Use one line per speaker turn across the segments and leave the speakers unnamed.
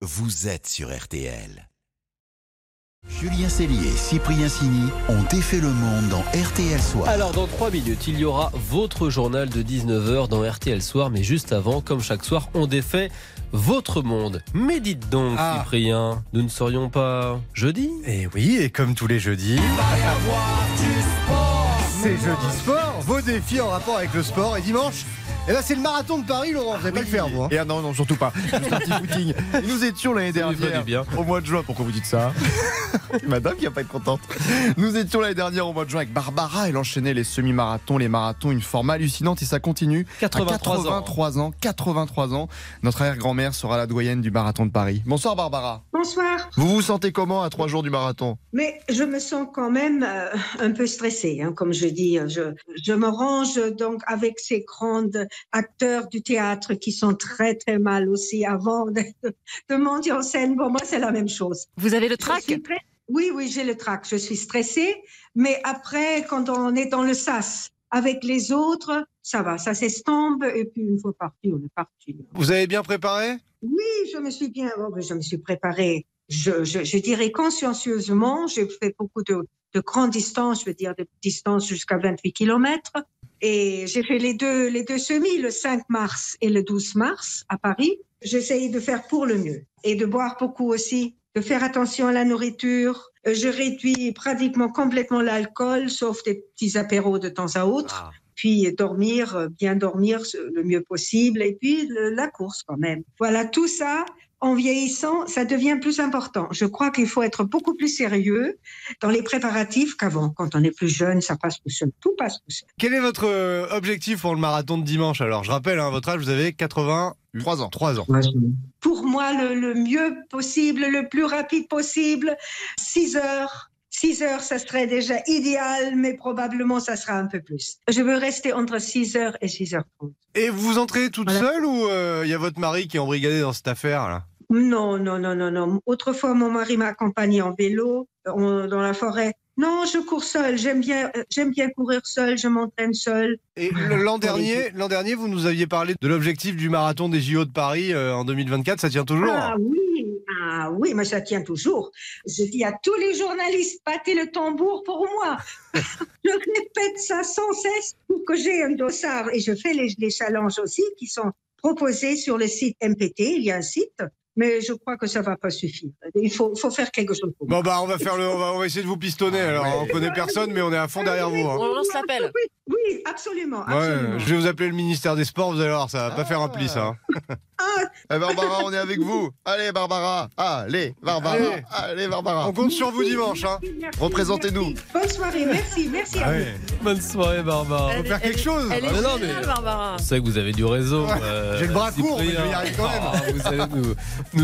Vous êtes sur RTL. Julien Cellier et Cyprien Sini ont défait le monde dans RTL Soir.
Alors dans 3 minutes, il y aura votre journal de 19h dans RTL Soir, mais juste avant, comme chaque soir, on défait votre monde. Mais dites donc,
Ah.
Cyprien, nous ne serions pas jeudi
Et Eh oui, et comme tous les jeudis. C'est jeudi sport, vos défis en rapport avec le sport. Et dimanche, eh ben c'est le marathon de Paris, Laurent. Vous allez pas le faire, vous. hein.
Et ah non, non, surtout pas. Juste un petit footing. Et Nous étions l'année
lui fait
dernière
du bien.
au mois de juin. Pourquoi vous dites ça Madame qui va pas être contente. Nous étions l'année dernière au mois de juin avec Barbara. Elle enchaînait les semi-marathons, les marathons, une forme hallucinante et ça continue. À
83 ans.
83 ans. 83 ans. Notre arrière-grand-mère sera la doyenne du marathon de Paris. Bonsoir Barbara.
Bonsoir.
Vous vous sentez comment à trois jours du marathon
Mais je me sens quand même euh, un peu stressée, hein, comme je dis. Je, je me range donc avec ces grands acteurs du théâtre qui sont très très mal aussi avant de, de monter en scène. Pour moi, c'est la même chose.
Vous avez le
Je
trac
suis très- Oui, oui, j'ai le trac. Je suis stressée, mais après, quand on est dans le sas avec les autres, ça va, ça s'estompe. Et puis une fois parti, on est parti.
Vous avez bien préparé
Oui, je me suis bien, oh, mais je me suis préparée. Je, je, je dirais consciencieusement, j'ai fait beaucoup de, de grandes distances, je veux dire de distances jusqu'à 28 kilomètres. Et j'ai fait les deux, les deux semis, le 5 mars et le 12 mars à Paris. J'essayais de faire pour le mieux et de boire beaucoup aussi, de faire attention à la nourriture. Euh, Je réduis pratiquement complètement l'alcool, sauf des petits apéros de temps à autre. Puis euh, dormir, euh, bien dormir euh, le mieux possible. Et puis le- la course quand même. Voilà, tout ça, en vieillissant, ça devient plus important. Je crois qu'il faut être beaucoup plus sérieux dans les préparatifs qu'avant. Quand on est plus jeune, ça passe tout seul. Tout passe tout seul.
Quel est votre euh, objectif pour le marathon de dimanche Alors, je rappelle, hein, votre âge, vous avez 83 ans. 3 ans.
pour moi le, le mieux possible, le plus rapide possible, 6 heures. 6 heures, ça serait déjà idéal, mais probablement ça sera un peu plus. Je veux rester entre 6 heures et 6 heures 30.
Et vous vous entrez toute
Voilà.
seule ou euh, il y a votre mari qui est embrigadé dans cette affaire là
Non, non, non, non, non. Autrefois, mon mari m'accompagnait en vélo euh, en- dans la forêt. Non, je cours seule. J'aime bien, euh, j'aime bien courir seule. Je m'entraîne seule.
Et le- l'an dernier, l'an dernier, vous nous aviez parlé de l'objectif du marathon des JO de Paris euh, en 2024. Ça tient toujours hein?
Ah oui, ah oui, mais ça tient toujours. Je dis à tous les journalistes, battez le tambour pour moi. je répète ça sans cesse pour que j'ai un dossard et je fais les, les challenges aussi qui sont proposés sur le site MPT. Il y a un site, mais je crois que ça va pas suffire. Il faut, faut faire quelque chose pour moi.
Bon bah on va faire le, on va, on va essayer de vous pistonner. Alors hein. on connaît personne, mais on est à fond derrière vous. hein.
On lance l'appel.
Oui, oui, absolument.
Ah,
absolument.
Ouais, je vais vous appeler le ministère des Sports, vous allez voir, ça va pas
Ah.
faire un pli ça. hein.
Ah,
Eh, Barbara, on est avec vous. Allez Barbara. Allez Barbara.
Allez.
Allez, Barbara.
Ah.
On compte sur vous dimanche. Hein.
merci,
Représentez-nous.
merci. Bonne soirée, merci, merci. à vous.
Bonne soirée Barbara.
faire
Elle- elle-
quelque chose. hein,
Elle est
Ah, mais non,
géniale,
mais-
Barbara.
Je sais que vous avez du réseau. euh,
J'ai le bras court, mais je vais y
Cyprien.
arriver quand même.
Ah, vous allez nous,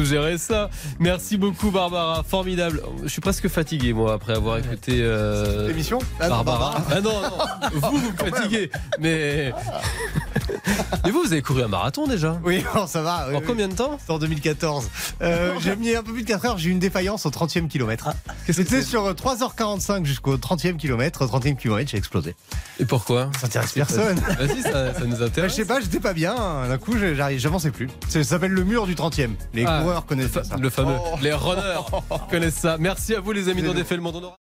nous gérer ça. Merci beaucoup Barbara, formidable. Je suis presque fatigué moi après avoir écouté euh,
Émission
Barbara. Ah non, non, vous vous me fatiguez, mais mais vous vous avez couru un marathon déjà.
Oui, non, ça va. oui,
En
oui.
combien de temps
C'est en 2014. Euh, j'ai mis un peu plus de 4 heures, j'ai eu une défaillance au 30e kilomètre.
Ah,
C'était sur euh, 3h45 jusqu'au 30e kilomètre. Au 30e kilomètre, j'ai explosé.
Et pourquoi Ah,
Ça intéresse personne.
Vas-y, ça, ça nous
Bah, je
intéresse.
sais pas, j'étais pas bien. hein. D'un coup, j'ai- j'arrive- j'avançais plus. C'est- Ça s'appelle le mur du 30e. Les
Ah,
coureurs connaissent
Fa-
ça.
Le fameux,
Oh.
les runners connaissent ça. Merci à vous les amis d'en défait le monde. On aura-